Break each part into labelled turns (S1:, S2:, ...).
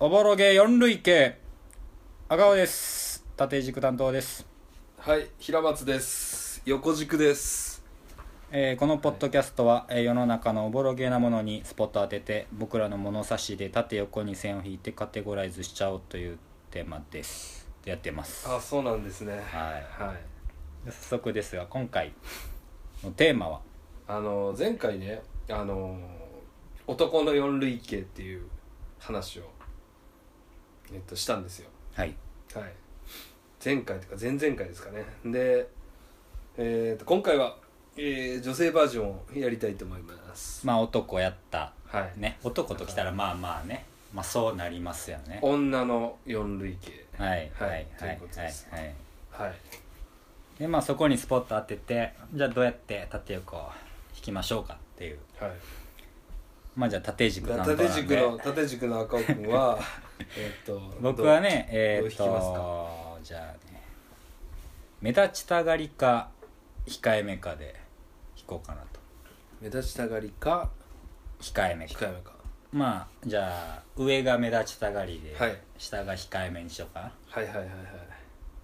S1: おぼろげ四類型赤尾です縦軸担当です、
S2: はい平松です横軸です
S1: えーこのポッドキャストは、えー世の中のおぼろげなものにスポットを当てて僕らの物差しで縦横に線を引いてカテゴライズしちゃおうというテーマですやってます
S2: あそうなんですね
S1: はい
S2: はい
S1: 早速ですが今回のテーマは
S2: あの前回ねあの男の四類型っていう話をえっとしたんですよ
S1: はい
S2: はい前回というか前々回ですかねでえっと今回は、えー女性バージョンをやりたいと思います
S1: まあ男やった
S2: はい
S1: ね男ときたらまあまあねまあそうなりますよね
S2: 女の四類型
S1: はいはい
S2: は
S1: は
S2: い
S1: いはい
S2: ということです
S1: はい
S2: はい
S1: でまあそこにスポット当ててじゃあどうやって縦横を引きましょうかっていう
S2: はい
S1: まあじゃあ縦軸担当なんで
S2: 縦軸の縦軸の赤尾君 はえっと
S1: 僕はねえーっ
S2: どう引きます
S1: とじゃあね目立ちたがりか控えめかで引こうかなと
S2: 目立ちたがりか
S1: 控えめか
S2: 控えめか
S1: まあじゃあ上が目立ちたがりで、
S2: はい
S1: 下が控えめにしようかな
S2: はいはいはい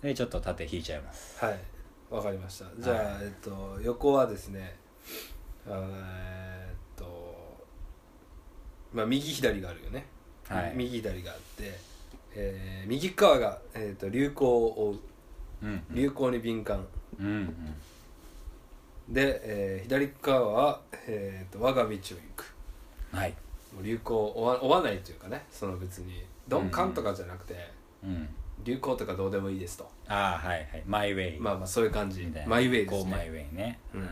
S1: でちょっと縦引いちゃいます
S2: はいはいわかりましたじゃあ、
S1: は
S2: えっと横はですねえーっとまあ右左があるよね、
S1: はい
S2: 右左があって、えー右側が、えーっと流行を追う
S1: うん
S2: 流行に敏感、
S1: うんうん
S2: で、えー左側は、えーっと我が道を行く
S1: はい
S2: もう流行を追わ追わないというかねその別に鈍感とかじゃなくて、
S1: うん
S2: 流行とかどうでもいいですと
S1: ああはいはいマイウェイ
S2: まあまあそういう感じ
S1: みたいな
S2: マイウェイで
S1: こ
S2: す
S1: うマイ
S2: ね
S1: ウェイね
S2: うん
S1: うん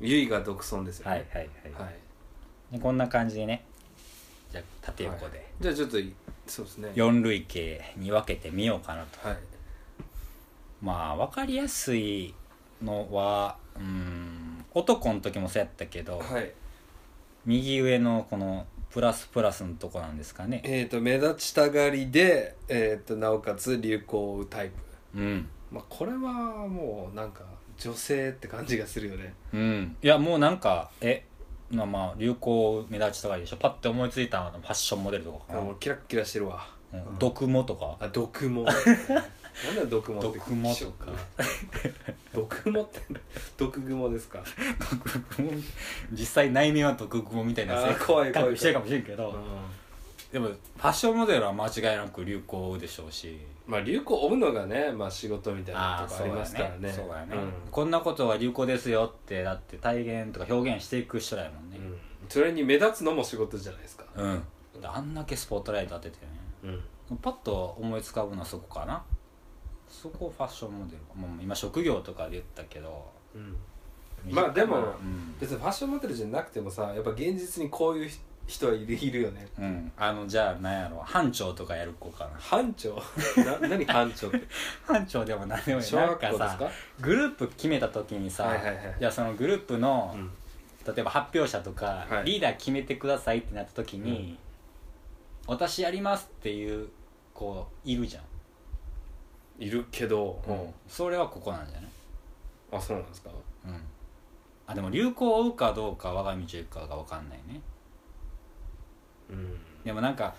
S2: ゆいが独尊ですよ
S1: はい
S2: ね
S1: はい
S2: は
S1: はいいでこんな感じでねじゃあ縦横で
S2: じゃあちょっといそうですね
S1: 4類型に分けてみようかなと
S2: はい
S1: まあ分かりやすいのはうん男の時もそうやったけど
S2: はい
S1: 右上のこのプラスプラスのとこなんですかね
S2: えっと目立ちたがりでえっとなおかつ流行を追うタイプ
S1: うん
S2: まあこれはもうなんか女性って感じがするよね
S1: うんいやもうなんかえまあまあ流行目立ちとかでしょパッて思いついたのはファッションモデルとか
S2: あ
S1: か
S2: もうキラッキラしてるわ
S1: な
S2: う
S1: うんん毒もとか
S2: あ 毒もなんだ毒もって
S1: 毒もとか
S2: 毒もって毒雲ですか
S1: 実際内面は毒蜘蛛みたいな
S2: あー怖い怖い怖い
S1: してるかもしれんけ
S2: う
S1: ど、
S2: ん
S1: でもファッションモデルは間違いなく流行でしょうし
S2: まあ流行を追うのがね、まあ、仕事みたいな
S1: あ
S2: と
S1: あ
S2: こあ
S1: そう
S2: り
S1: だ
S2: ますからね
S1: ねそうだね、
S2: ん
S1: こんなことは流行ですよってだって体現とか表現していく人だもんね
S2: うんそれに目立つのも仕事じゃないですか、
S1: うん、であんだけスポットライト当ててね
S2: うん、
S1: パッと思いつかぶのはそこかなそこファッションモデルかもう今職業とかで言ったけど
S2: まあでも
S1: うん、
S2: 別にファッションモデルじゃなくてもさやっぱ現実にこういうひ人はいるいるよね
S1: うんあのじゃあなんやろ班長とかやる子かな
S2: 班長な何班長って
S1: 班長でも何でもいい
S2: 小学校
S1: なん
S2: です
S1: か
S2: か
S1: さグループ決めた時にさ、
S2: はいはいはい
S1: じゃあそのグループの、
S2: うん
S1: 例えば発表者とか、
S2: はい
S1: リーダー決めてくださいってなった時に、私やりますっていう子いるじゃん、
S2: いるけど、
S1: それはここなんじゃない、
S2: あそうなんですか
S1: うん、あでも流行を追うかどうか我が道を行くかが分かんないね
S2: うん
S1: でもなんか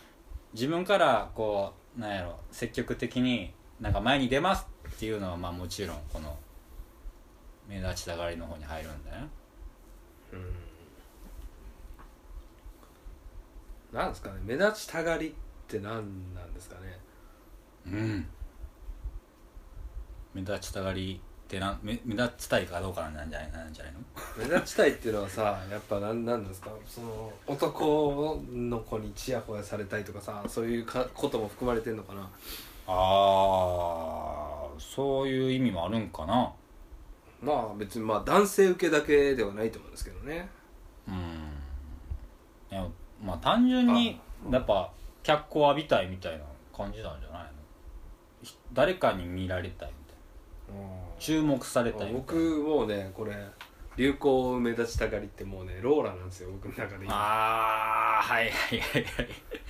S1: 自分からこうなんやろ積極的になんか前に出ますっていうのはまあもちろんこの目立ちたがりの方に入るんだよね
S2: うんなんですかね目立ちたがりって何なんですかね
S1: うん目立ちたがりってなん目目立ちたいかどうかなんじゃないなんじゃないの
S2: 目立ちたいっていうのはさ やっぱ何なんですかその男の子にチヤホヤされたいとかさそういうかことも含まれてんのかな
S1: ああそういう意味もあるんかな
S2: まあ別にまあ男性受けだけではないと思うんですけどね
S1: うんでもまあ単純にやっぱ脚光浴びたいみたいな感じなんじゃないのひ誰かに見られたいみたいな注目されたいみたい
S2: 僕もうねこれ流行を目立ちたがりってもうねローラなんですよ僕の中で
S1: なああはいはいはいはい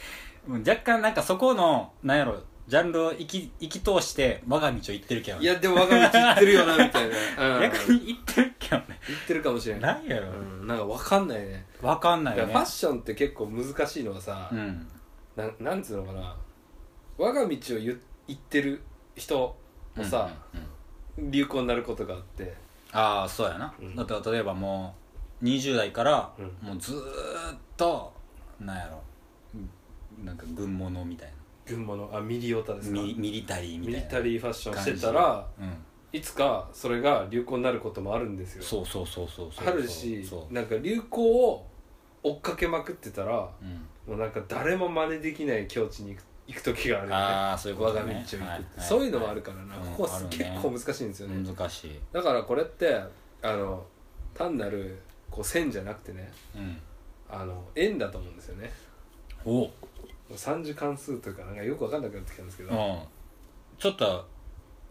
S1: もう若干なんかそこのなんやろジャンルを生き生き通して我が道を行ってるけどね
S2: いやでも我が道行ってるよなみたいな、うん、言っ
S1: 逆に行ってるけどね
S2: てるかもしれない、
S1: 何やろ
S2: うん、なんか分かんないね
S1: わかんな
S2: だ
S1: い
S2: か
S1: よ
S2: ら
S1: ね
S2: ファッションって結構難しいのはさ、
S1: うん
S2: なんなんつうのかな我が道を言言ってる人もさ、
S1: うんうんうん
S2: 流行になることがあって
S1: ああそうやな、
S2: うん
S1: だって例えばもう20代から
S2: うん
S1: もうずーっとなんやろうんなんか軍物みたい
S2: 群馬のあミリオタで
S1: な
S2: すか
S1: ミミリタリーみ
S2: ミ
S1: たいな
S2: リタリーファッション
S1: 感
S2: し
S1: じ
S2: てたら
S1: うん
S2: いつかそれが流行になることもあるんですよ
S1: そうそうそうそうそう
S2: あるし
S1: そう
S2: なんか流行を追っかけまくってたら
S1: うん
S2: もうなんか誰も真似できない境地に行く行く時があるよね
S1: ああそういうこ
S2: 我
S1: と
S2: が
S1: ね
S2: 道を行くって、
S1: はいはい
S2: そういうのもあるからな、
S1: はい
S2: ここは
S1: うんある
S2: 結
S1: ね
S2: 構難しいんですよね、
S1: 難しい
S2: だからこれってあの単なるこう線じゃなくてね
S1: うん
S2: あの円だと思うんですよね
S1: お
S2: 三次関数というかなんかよく分かんなくなってきたんですけど、
S1: うんちょっと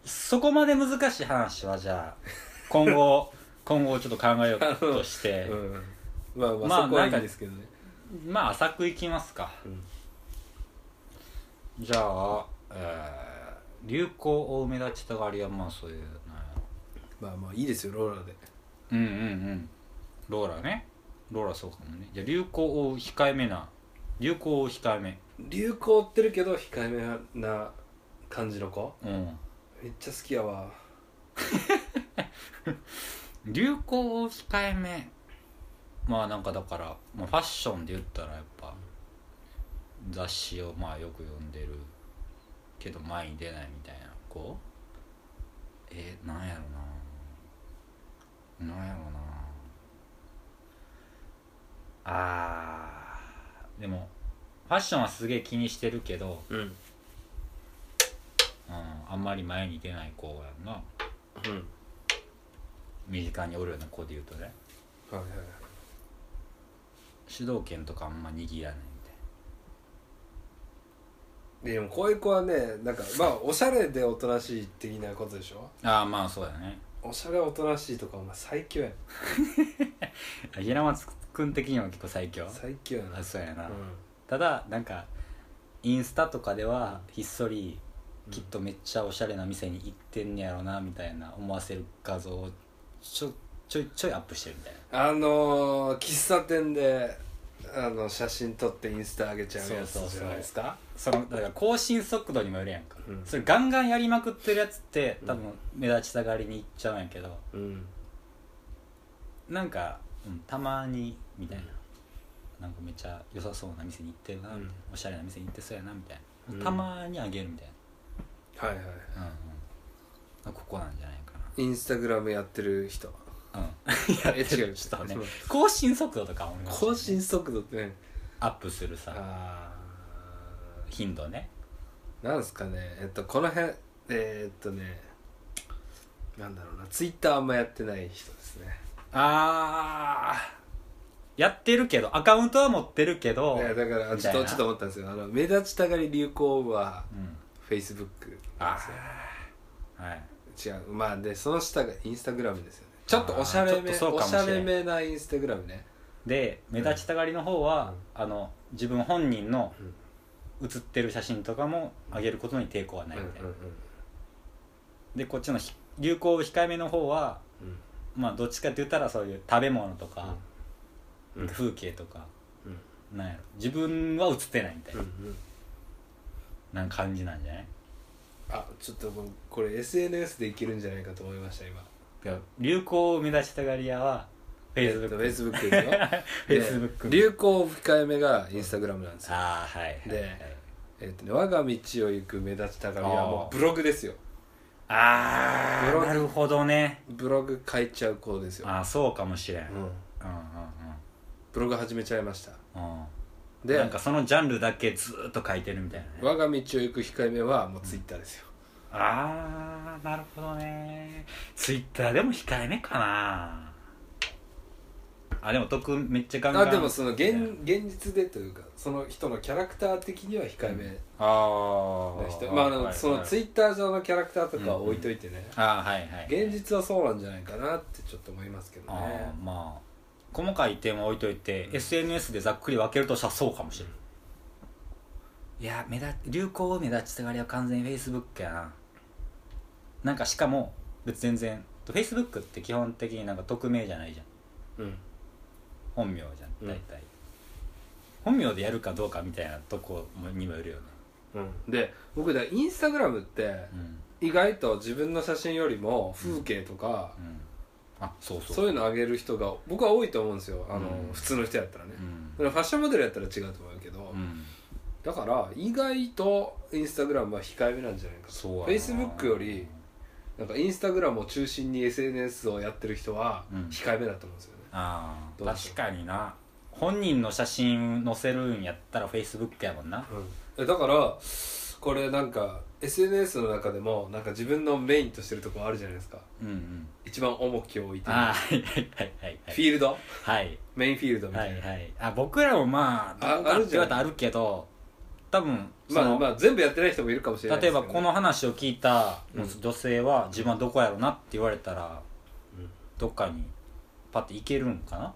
S1: そこまで難しい話はじゃ あ今後今後ちょっと考え ようとして、
S2: うんまあまあ、
S1: まあ
S2: そこはいい
S1: なんんか
S2: ですけどね、
S1: まあ浅くいきますか
S2: うん
S1: じゃあ、えー流行を目立ちたがりはまあそういうなんやろ
S2: まあまあいいですよローラーで
S1: うんうんうんローラねローラそうかもねじゃあ流行を控えめな流行を控えめ
S2: 流行追ってるけど控えめな感じの子
S1: うん
S2: めっちゃ好きやわ
S1: 流行を控えめまあなんかだから、まあ、ファッションで言ったらやっぱ雑誌をまあよく読んでるけど前に出ないみたいな子えー、なんやろななんやろなあーでもファッションはすげえ気にしてるけど、
S2: うんうん
S1: うん、あんまり前に出ない子やんな身近におるような子で言うとね
S2: はいはい
S1: 主導権とかあんま握らないみたいな
S2: でもこういう子はねなんかまあおしゃれでおとなしい的なことでしょ
S1: ああまあそうだね
S2: おしゃれおとなしいとかお前最強やん
S1: 平松君的には結構最強
S2: 最強やな
S1: あそうやな、
S2: う
S1: ただなんかインスタとかではひっそり
S2: うん
S1: きっとめっちゃおしゃれな店に行ってんねやろなみたいな思わせる画像をちょちょいちょいアップしてるみたいなん
S2: あのー、喫茶店であの写真撮ってインスタ上げちゃうや
S1: そうそう
S2: つ
S1: そう
S2: じゃないですか
S1: そのだから更新速度にもよるやんか、
S2: うん
S1: それガンガンやりまくってるやつって多分目立ちたがりに行っちゃうんやけど
S2: うん
S1: なんか、うん、たまにみたいな、なんかめっちゃ良さそうな店に行ってるな、
S2: うん
S1: おしゃれな店に行ってそうやなみたいな、
S2: うん
S1: たまにあげるみたい
S2: はいはい
S1: な、うんうん、ここなんじゃないか
S2: インスタグラムやってる人
S1: な、
S2: え違 う
S1: ちょっとね
S2: そう
S1: 更新速度とかもね
S2: 更新速度ってね
S1: アップするさ
S2: あ
S1: 頻度ね
S2: ーなんすかねえっとこの辺えーっとねなんだろうなツイッターあんまやってない人ですね
S1: ああやってるけどアカウントは持ってるけど、
S2: いやだからあ
S1: み
S2: ちょ
S1: た
S2: っ
S1: いな
S2: とちょっと思ったんですよあの目立ちたがり流行は
S1: うん、
S2: フェイスブック
S1: ああはい
S2: 違うまあでその下がインスタグラムですよねちょっとおしゃれめ
S1: あーちょっとそう
S2: お
S1: かもし
S2: し
S1: れん
S2: ゃれめなインスタグラムね
S1: で目立ちたがりの方は、あの自分本人の写ってる写真とかも上げることに抵抗は
S2: う
S1: なんいみたいな、
S2: うん
S1: でこっちのひ流行控えめの方は
S2: うん
S1: まあどっちかって言ったらそういう食べ物とか、
S2: うん
S1: 風景とか
S2: うん
S1: なんやろ自分は写ってないみたい
S2: うんう
S1: な,、
S2: んうん
S1: なんか感じなんじゃない
S2: あちょっともうこれ SNS でいけるんじゃないかと思いました今
S1: だから流行を目立ちたがり屋はフェイスブッ
S2: フ
S1: ク
S2: ェイスブックですよ
S1: フェイスブック
S2: で流行控えめがインスタグラムなんですよ、
S1: ああはいはい、はい、
S2: でえっとね、我が道を行く目立ちたがりはもうブログですよ
S1: あ
S2: ブロ
S1: あ
S2: グ
S1: なるほどね
S2: ブログ書いちゃう子ですよ、
S1: ああそうかもしれん、うん、
S2: う
S1: うん
S2: ん、
S1: う
S2: ブログ始めちゃいました
S1: んうん
S2: で
S1: なんかそのジャンルだけずーっと書いてるみたいなね
S2: 我が道を行く控えめはもうツイッターですよ、
S1: あーなるほどねツイッターでも控えめかなあでも特めっちゃガンガン
S2: あでもその現現実でというかその人のキャラクター的には控えめ
S1: あー
S2: な人、まああの、そのツイ
S1: イ
S2: ッター上のキャラクターとかは置いといてね、
S1: あーはいはい
S2: 現実はそうなんじゃないかなってちょっと思いますけど
S1: あ
S2: ね
S1: ーまあ細かい点は置いといて、SNS でざっくり分けるとしたらそうかもしれない、いや目立流行を目立ちたがりは完全に Facebook やななんかしかも別に全然 Facebook って基本的になんか匿名じゃないじゃん
S2: うん
S1: 本名じゃん
S2: うん
S1: 大体、本名でやるかどうかみたいなとこにもよるよね
S2: うん、で僕ねインスタグラムって
S1: うん
S2: 意外と自分の写真よりも風景とか、
S1: うんあそうそう
S2: そういうの上げる人が僕は多いと思うんですよあの、
S1: うん
S2: 普通の人やったらね、
S1: うん
S2: だからファッションモデルやったら違うと思うけど、
S1: うん
S2: だから意外とインスタグラムは控えめなんじゃないか
S1: そうやな
S2: Facebook よりなんかインスタグラムを中心に SNS をやってる人は
S1: うん
S2: 控えめだと思うんですよね、
S1: ああ
S2: どうでしょ
S1: 確かにな本人の写真載せるんやったら Facebook やもんな
S2: えだからこれなんか SNS の中でもなんか自分のメインとしてるとこあるじゃないですか
S1: うんうん
S2: 一番重きを置いてる
S1: ああはいはいはいはい
S2: フィールド
S1: はい
S2: メインフィールドみ
S1: は
S2: たい
S1: い
S2: な、
S1: はいあ僕らもまあ
S2: あ
S1: どうか
S2: あ
S1: って
S2: るじ
S1: 言
S2: ゃ
S1: わ
S2: ん
S1: れたらあるけど多分そ
S2: まあ
S1: の
S2: まあ全部やってない人もいるかもしれない
S1: 例
S2: で
S1: え
S2: すけ
S1: ば
S2: どね
S1: この話を聞いた
S2: うん
S1: 女性は自分はどこやろなって言われたら
S2: うん
S1: どっかにパッて行けるんかな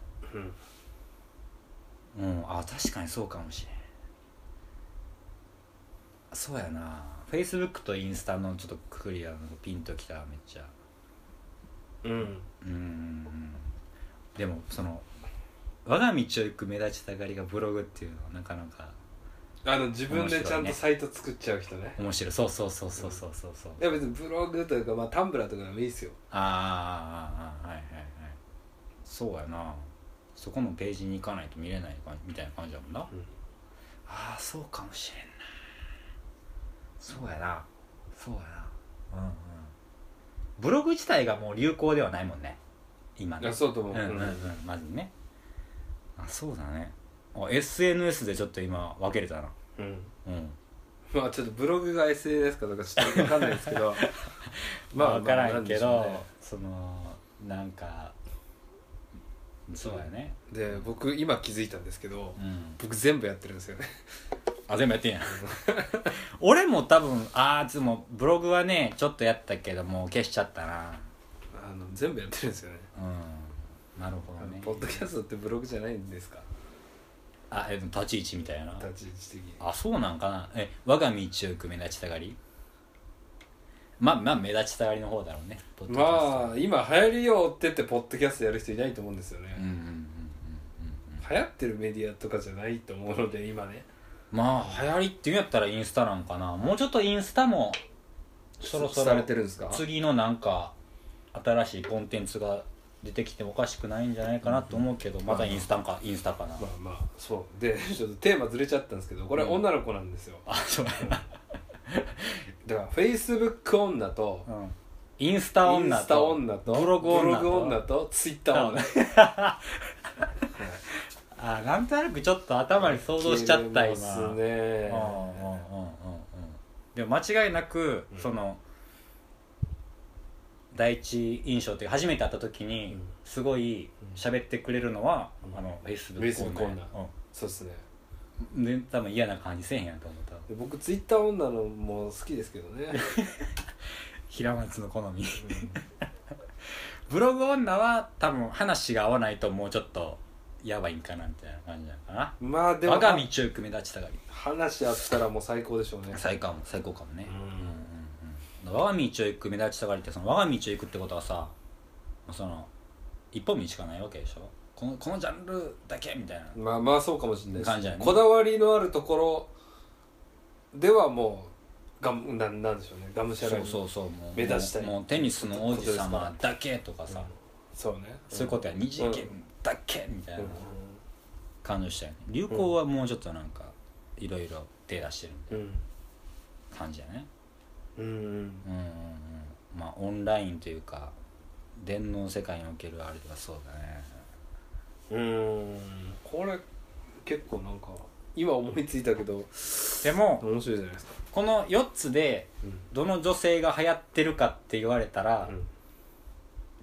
S2: うん
S1: うんあ確かにそうかもしれんそうやな Facebook とインスタのちょっとクリアのピンときためっちゃ
S2: うん
S1: うーんでもその我が道を行く目立ちたがりがブログっていうのはなかなか
S2: あの自分でちゃんとサイト作っちゃう人ね
S1: 面白いそうそうそうそうそうそうそう
S2: いや別にブログというか、まあ、タンブラーとかでもいいですよ
S1: あーあーあーあーはいはいはいそうやなそこのページに行かないと見れないかみたいな感じだもんな、
S2: ん
S1: ああそうかもしれんなそうやなそうやなうんうんブログ自体がもう流行ではないもんね今
S2: い
S1: ね
S2: やそうと
S1: う
S2: 思
S1: ん
S2: う、
S1: うんうんまずねあそうだねあ SNS でちょっと今分けれたな
S2: うん
S1: うん
S2: まあちょっとブログが SNS かどうかちょっと分かんないですけ ど
S1: まあ分からんけど、
S2: まあなんでしょうね
S1: そのなんかそうやね
S2: で僕今気づいたんですけど
S1: うん
S2: 僕全部やってるんですよね
S1: あ全部やってんや 俺も多分ああつもブログはねちょっとやったけどもう消しちゃったな
S2: あの全部やってるんですよね
S1: うんなるほ
S2: あ
S1: ど
S2: の
S1: ね
S2: ポッドキャストってブログじゃないんですか
S1: あえっと立ち位置みたいな
S2: 立ち位置的に
S1: あそうなんかなえ我が道を行く目立ちたがりまあまあ目立ちたがりの方だろうねポッドキャスト
S2: まあ今流行りを追ってってポッドキャストやる人いないと思うんですよね、
S1: うんうんうんうんうん
S2: 流行ってるメディアとかじゃないと思うので今ね
S1: まあ流行りっていうんやったらインスタなんかなもうちょっとインスタもそろそ
S2: さ
S1: ろ
S2: れてるんですか
S1: 次のなんか新しいコンテンツが出てきてもおかしくないんじゃないかなと思うけどまたインスタかインスタかな
S2: まあまあそうでちょっとテーマずれちゃったんですけどこれ
S1: うん
S2: 女の子なんですよ、
S1: あそうやな
S2: だからフェイスブック女と
S1: うんインスタ
S2: イン
S1: 女
S2: スタ
S1: と
S2: 女と
S1: ブログ女と
S2: ブログ女とツイッタ ー女
S1: あなんとなくちょっと頭に想像しちゃった
S2: い
S1: 今
S2: ます
S1: うんうんうんうんうん
S2: ね
S1: でも間違いなく
S2: うん
S1: その第一印象っていうか初めて会った時に
S2: うん
S1: すごい喋ってくれるのは
S2: うん
S1: あのフェイスブ
S2: Facebook
S1: ッ
S2: 女
S1: ク女
S2: そうですね
S1: うんで多分嫌な感じせえへんやと思った
S2: で僕ツイッター女のも好きですけどね、
S1: 平松の好み ブログ女は多分話が合わないともうちょっとやばいんかなみたいな感じなのかな
S2: うん まあでも
S1: 我が道を行く目立ちたがり
S2: 話あったらもう最高でしょうね
S1: 最高かも最高かもね
S2: うん
S1: うんうんうん我が道を行く目立ちたがりってその我が道を行くってことはさその一本道しかないわけでしょこのこのジャンルだけみたいな
S2: まあまあそうかもしれないです
S1: 感じやね
S2: こだわりのあるところではもうがんなんなんでしょうねがむしゃら
S1: そう
S2: に
S1: そうそうもう
S2: 目指したい
S1: もうもうテニスの王子様だけとかさ、
S2: そうね
S1: そういうことや二次元だけみたいな感じしたよね流行はもうちょっとなんかいろいろ手出してるみたい
S2: うんうん
S1: な感じやね
S2: うんうん
S1: うんうんうんまあオンラインというか電脳世界におけるあれとかそうだね
S2: うんこれ結構なんか今思いついたけど
S1: でも
S2: 面白いじゃないですか
S1: この4つでどの女性が流行ってるかって言われたら
S2: うん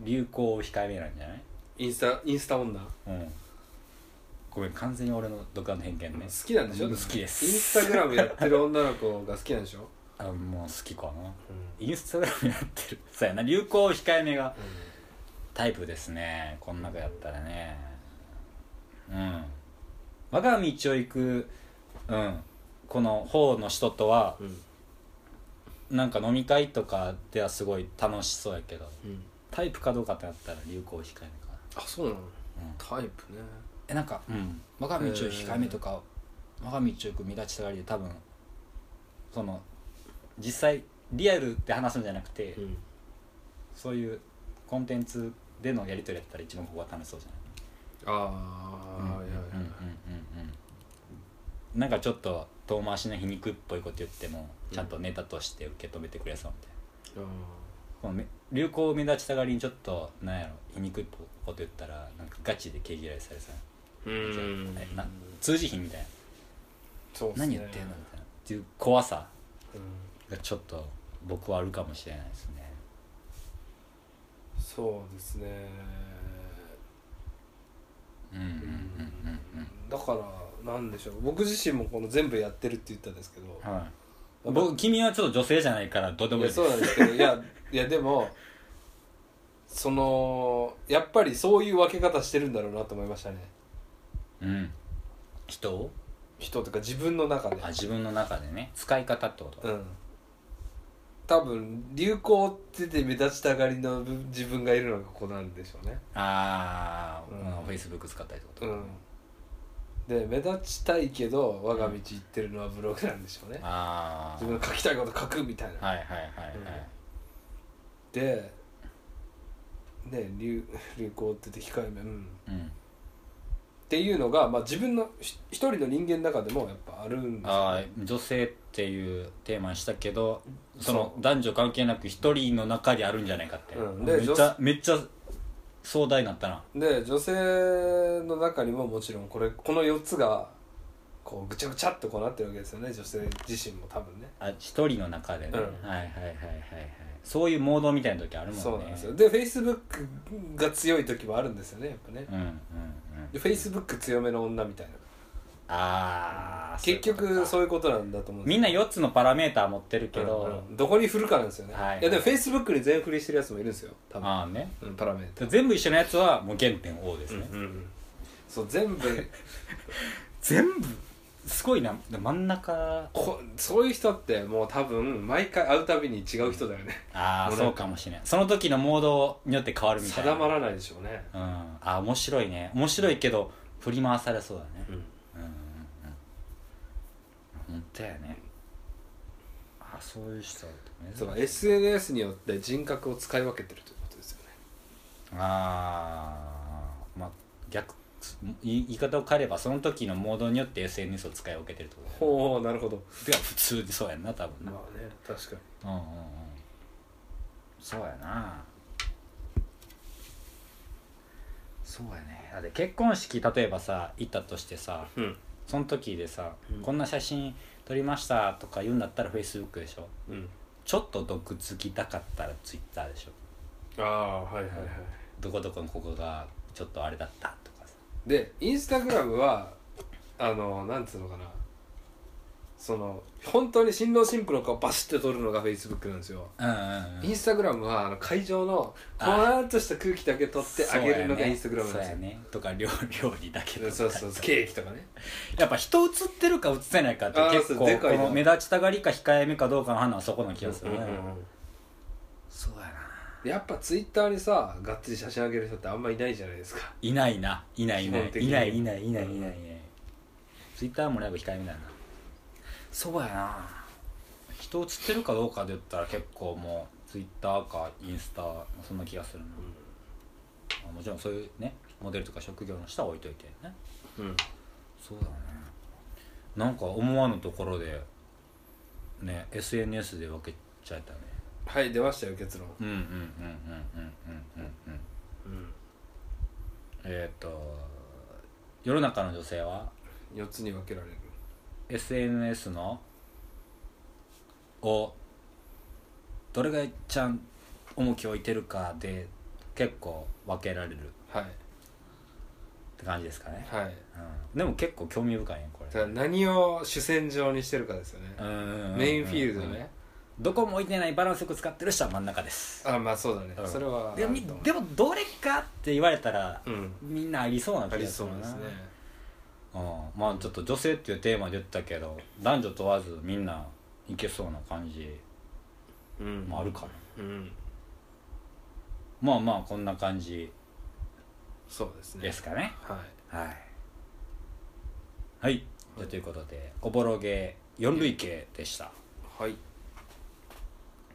S1: 流行を控えめなんじゃない
S2: インスタインスタ女
S1: うんごめん完全に俺の独断の偏見ね
S2: 好きなんでしょ
S1: うん好きです
S2: インスタグラムやってる女の子が好きなんでしょ
S1: あもう好きかなインスタグラムやってるそうやな流行を控えめがタイプですねこの中やったらねうん我が道を行く、うん、この方の人とは
S2: うん
S1: なんか飲み会とかではすごい楽しそうやけど
S2: うん
S1: タイプかどうかってなったら流行を控えめか
S2: あそうなの
S1: な、うん、
S2: タイプね
S1: えなんか、うん、我が道を控えめとか、我が道を行く目立ちたがりで多分その実際リアルで話すんじゃなくて、
S2: うん
S1: そういうコンテンツでのやり取りやったら一番ここが楽しそうじゃない
S2: ああ、はいはいはい、
S1: なんかちょっと遠回しの皮肉っぽいこと言ってもちゃんとネタとして受け止めてくれそうみたいな、このめ流行を目立ちたがりにちょっとなんやろ皮肉っぽいこと言ったらなんかガチで毛嫌いされそう
S2: う
S1: な
S2: ーん
S1: えな通じひんみたいな、
S2: そうっすね
S1: 何言ってんのみたいなっていう怖さ
S2: うん
S1: がちょっと僕はあるかもしれないですね
S2: そうですね
S1: うんうんうんうん
S2: だからなんでしょう僕自身もこの全部やってるって言ったんですけ
S1: うん
S2: ど
S1: はい僕君はちょっと女性じゃないからどうでも
S2: い
S1: いいで
S2: や
S1: す
S2: そうなんですけどいや いやでもそのやっぱりそういう分け方してるんだろうなと思いましたね
S1: うん人を
S2: 人とか自分の中で
S1: あ自分の中でね使い方ってこと
S2: うん多分流行ってて目立ちたがりの部自分がいるのがここなんでしょうね
S1: ああ、
S2: うん
S1: フェイスブック使ったりってこと
S2: う
S1: か、
S2: んで目立ちたいけど我が道行ってるのはブログなんでしょうね
S1: あ
S2: 自分の書きたいこと書くみたい
S1: あ
S2: な
S1: はいはいはいはい、
S2: でね流流行ってて控えめ、うん、
S1: うん
S2: っていうのが、まあ、自分のひ一人の人間の中でもやっぱあるんですよ
S1: ああ女性っていうテーマにしたけどその
S2: そ
S1: 男女関係なく一人の中であるんじゃないかって、
S2: うん
S1: め
S2: で
S1: っちゃめっちゃ壮大になったな
S2: で女性の中にももちろんこれこの4つがこうぐちゃぐちゃっとこうなってるわけですよね女性自身も多分ね
S1: あ一人の中でね、
S2: うん
S1: はいはいはいはいはいそういうモードみたいな時あるもんね
S2: そうなんですよでフェイスブックが強い時もあるんですよねやっぱね
S1: うんうんうん
S2: でフェイスブック強めの女みたい
S1: あ
S2: な
S1: あ
S2: 結局そう
S1: いうこ
S2: いうことなんだと思う
S1: とか
S2: んで
S1: み
S2: す
S1: ん
S2: よ
S1: な4つのパラメーター持ってるけど、
S2: うんうんどこに振るかなんですよね、
S1: はい
S2: いやでもフェイスブックに全振りしてるやつもいるんですよ多分、
S1: ああね
S2: うん、パラメータ
S1: 全部一緒のやつはもう原点 O ですね、
S2: そう全部
S1: 全部すごいな真ん中
S2: こそういう人ってもう多分毎回会うたびに違う人だよね
S1: ああ
S2: 俺
S1: そうかもしれないその時のモードによって変わるみたいな
S2: 定まらないでしょうね、
S1: うんああ面白いね面白いけど振り回されそうだねうんうんうん本当やねああそういう人
S2: そ
S1: だ
S2: の
S1: ね
S2: SNS によって人格を使い分けてるということですよね
S1: ああまあ逆言い言い方を変えればその時のモードによって SNS を使い分けてるってこと
S2: ほうなるほど
S1: てか普通でそうやんな多分な、
S2: まあね確かに
S1: うんうんうんそうやなそうやねだって結婚式例えばさ行ったとしてさ
S2: うん
S1: その時でさ、
S2: うん
S1: こんな写真撮りましたとか言うんだったらフェイスブックでしょ
S2: うん
S1: ちょっと毒つきたかったらツイッターでしょ
S2: ああはいはいはい
S1: どこどこのここがちょっとあれだったとかさ
S2: でインスタグラムはあのなんつうのかなその本当に新郎新婦の顔バシッて撮るのがフェイスブックなんですよ、
S1: うんうん
S2: インスタグラムはあの会場の
S1: あ
S2: ほわーっとした空気だけ撮ってあげるのがインスタグラムなん
S1: そう
S2: です
S1: や
S2: よ
S1: ねとか料料理だけとか
S2: そうそうそうケーキとかね
S1: やっぱ人映ってるか映ってないかって
S2: あー
S1: 結
S2: そう
S1: 構
S2: でか
S1: こ
S2: いな
S1: の目立ちたがりか控えめかどうかの判断はそこの気がするね、
S2: うんうんうん
S1: そうやな
S2: やっぱツイッターにさがっつり写真あげる人ってあんまいないじゃないですか
S1: いないないないいな
S2: 基
S1: い
S2: 本的
S1: い
S2: に
S1: ないいないいないいないいないツイッターもライブ控えめだなそうやな人映ってるかどうかで言ったら結構もうツイッターかインスタそんな気がするな、まあもちろんそういうねモデルとか職業の人は置いといてね
S2: うん
S1: そうだねなんか思わぬところでね SNS で分けちゃえたね
S2: はい出ましたよ結論
S1: うんうんうんうんうんうんうんうんえっ、と世の中の女性は
S2: 4つに分けられる
S1: SNS のをどれがいっちゃん重きを置いてるかで結構分けられるっ
S2: はい
S1: て感じですかね、
S2: はい
S1: うん、でも結構興味深いねこ
S2: だか
S1: れ
S2: ら何を主戦場にしてるかですよね
S1: うんうんうん
S2: メインフィールドね
S1: どこも置いてないバランスよく使ってる人は真ん中です
S2: あまあそうだね
S1: うん
S2: それは
S1: でも
S2: あると思う
S1: でもどれかって言われたら、
S2: うん
S1: みんなありそうな気
S2: あ
S1: が
S2: り
S1: す
S2: そう
S1: るな
S2: ですね
S1: うん、まあちょっと女性っていうテーマで言ったけど男女問わずみんないけそうな感じ
S2: うん
S1: もあるかな、
S2: うん
S1: まあまあこんな感じ
S2: そうですね
S1: ですかね
S2: はい
S1: はいはいじゃあということでおぼろげ四類型でした
S2: はい